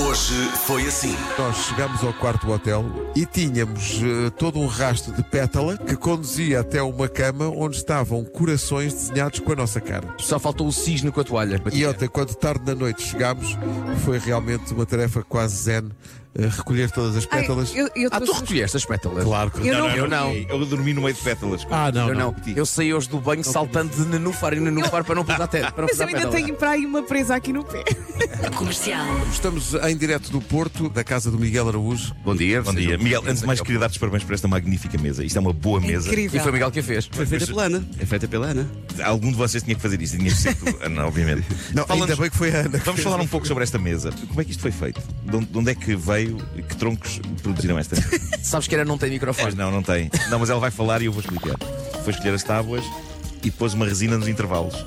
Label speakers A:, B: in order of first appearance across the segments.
A: Hoje foi assim.
B: Nós chegámos ao quarto do hotel e tínhamos eh, todo um rastro de pétala que conduzia até uma cama onde estavam corações desenhados com a nossa cara.
C: Só faltou o cisne com a toalha.
B: E ontem, quando tarde da noite chegámos, foi realmente uma tarefa quase zen eh, recolher todas as
D: Ai,
B: pétalas.
D: eu, eu
C: Ah, tu
D: trouxe-
C: recolheste as pétalas?
B: Claro que
D: Eu não-
C: Eu não.
E: Eu dormi no meio de pétalas.
F: Ah, não,
C: Eu
F: não.
C: não. Eu saí hoje do banho saltando de nenúfar em nenúfar para não pisar até. Para não
D: Mas
C: pisar
D: eu ainda
C: pétala.
D: tenho para aí uma presa aqui no pé.
G: Comercial.
B: Estamos em direto do Porto, da casa do Miguel Araújo.
E: Bom dia. Bom dia. Miguel, antes de mais, queria dar-te os parabéns por esta magnífica mesa. Isto é uma boa mesa.
D: Incrível.
C: E foi o Miguel que a fez.
H: É feita pela Ana. É feita pela Ana.
E: Algum de vocês tinha que fazer isto. Tinha que ser tu, Ana, obviamente.
B: Não,
E: Fala-nos-
B: ainda bem que foi a Ana. que
E: Vamos
B: fez.
E: falar um pouco sobre esta mesa. Como é que isto foi feito? De onde, de onde é que veio? e Que troncos produziram esta mesa?
C: Sabes que era não tem
E: Pois
C: microfone.
E: não, não tem. Não, mas ela vai falar e eu vou explicar. Foi escolher as tábuas e pôs uma resina nos intervalos,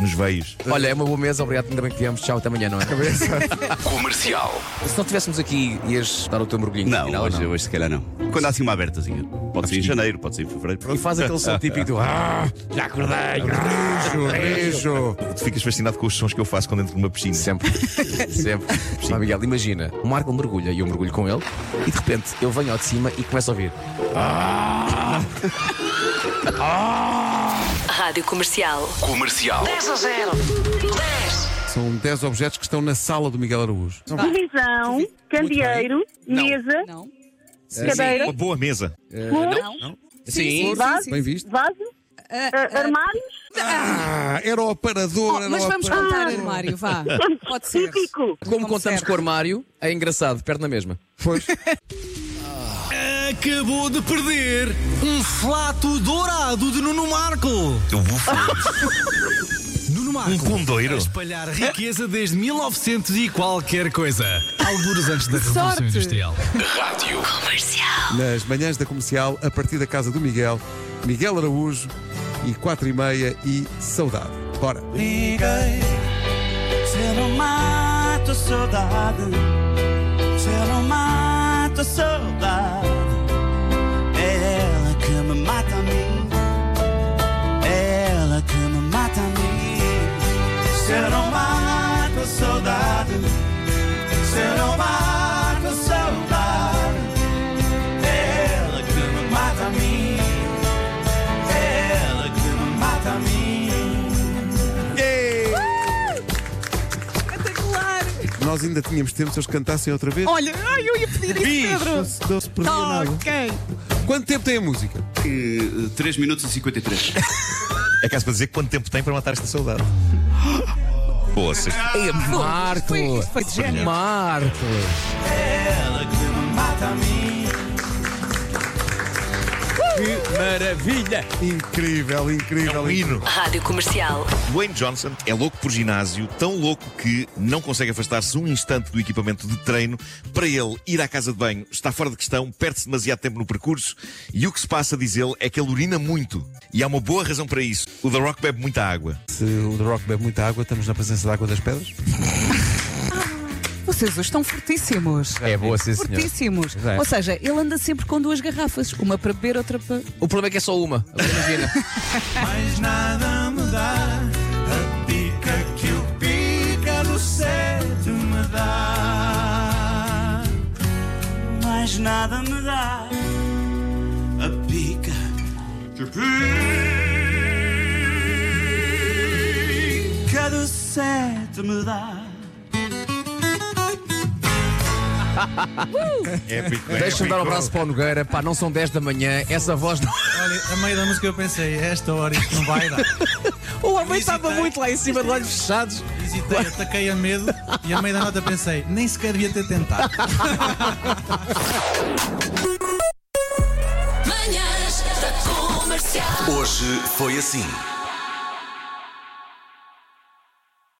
E: nos veios.
C: Olha, é uma boa mesa, obrigado, ainda bem que viemos. Tchau, até amanhã, não é?
A: Comercial.
C: Se não estivéssemos aqui, ias dar o teu mergulhinho.
H: Não,
C: final,
H: hoje, hoje se calhar não. Quando há assim uma abertazinha. Pode ser em janeiro, pode ser em fevereiro.
C: E faz aquele som típico do. Ah, já acordei.
B: Beijo, beijo.
E: Tu ficas fascinado com os sons que eu faço quando entro numa piscina.
C: Sempre, sempre. Mas, Miguel, imagina, o Marco mergulha e eu mergulho com ele, e de repente eu venho ao de cima e começo a ouvir.
G: Rádio Comercial.
A: Comercial.
B: São 10 objetos que estão na sala do Miguel Araújo.
I: Divisão, candeeiro, mesa,
D: Não.
I: cadeira,
E: Uma boa mesa.
C: Sim,
I: vaso,
B: Bem visto?
I: vaso, ah, armários,
B: Ah, era o aparador.
D: Oh,
B: era
D: mas
B: o
D: vamos
B: aparador.
D: contar armário, vá. Pode ser.
I: típico.
C: como contamos
D: serve.
C: com o armário, é engraçado, perde na mesma.
B: Pois.
F: Acabou de perder um flato dourado de Nuno Marco.
E: Eu bufo.
F: Nuno Marco.
E: Um condoiro.
F: A espalhar riqueza desde 1900 e qualquer coisa. Alguns antes da Revolução
D: sorte.
F: Industrial.
A: Rádio.
B: nas manhãs da comercial, a partir da casa do Miguel, Miguel Araújo e 4 e meia e saudade. Bora!
J: Liguei, se não mato a saudade, se não mato a saudade, é ela que me mata a mim, é ela que me mata a mim, se não mato a saudade, se não mato a saudade, é ela que me mata a mim, é ela que me mata a mim.
D: Espetacular.
B: É Nós ainda tínhamos tempo se eles cantassem outra vez.
D: Olha, ai, eu ia pedir isso,
B: Não
D: Pedro.
B: se, não se
E: É
B: perdia nada.
D: Ok.
B: Quanto tempo tem a música?
H: 3 eh, minutos e 53.
E: É caso para dizer quanto tempo tem para matar esta saudade. Poças.
C: Ei, Marco!
D: Foi- foi de gênio.
C: Marco! Que maravilha!
B: Incrível,
E: É
B: incrível.
E: um hino.
G: Rádio Comercial.
E: Dwayne Johnson é louco por ginásio, tão louco que não consegue afastar-se um instante do equipamento de treino. Para ele, ir à casa de banho está fora de questão, perde-se demasiado tempo no percurso e o que se passa, diz ele, é que ele urina muito. E há uma boa razão para isso. O The Rock bebe muita água.
B: Se o The Rock bebe muita água, estamos na presença da água das pedras.
D: Vocês hoje estão fortíssimos.
C: É boa, sim, senhor.
D: Fortíssimos. Ou seja, ele anda sempre com duas garrafas, uma para beber, outra para.
C: O problema é que é só uma. Agora Imagina.
J: Mas nada me dá a pica que o pica do sete me dá. Mas nada me dá a pica que o pica do sete me dá.
E: Épico,
C: Deixa-me dar um abraço para o Nogueira. Pá, não são 10 da manhã, essa voz. não-
F: Olha, a meio da música eu pensei, esta hora isto não vai dar.
C: O homem estava
F: Visitei.
C: muito lá em cima, de olhos fechados.
F: Hesitei, ataquei a medo e a meio da nota pensei, nem sequer devia ter tentado.
G: Manhãs da Comercial.
A: Hoje foi assim.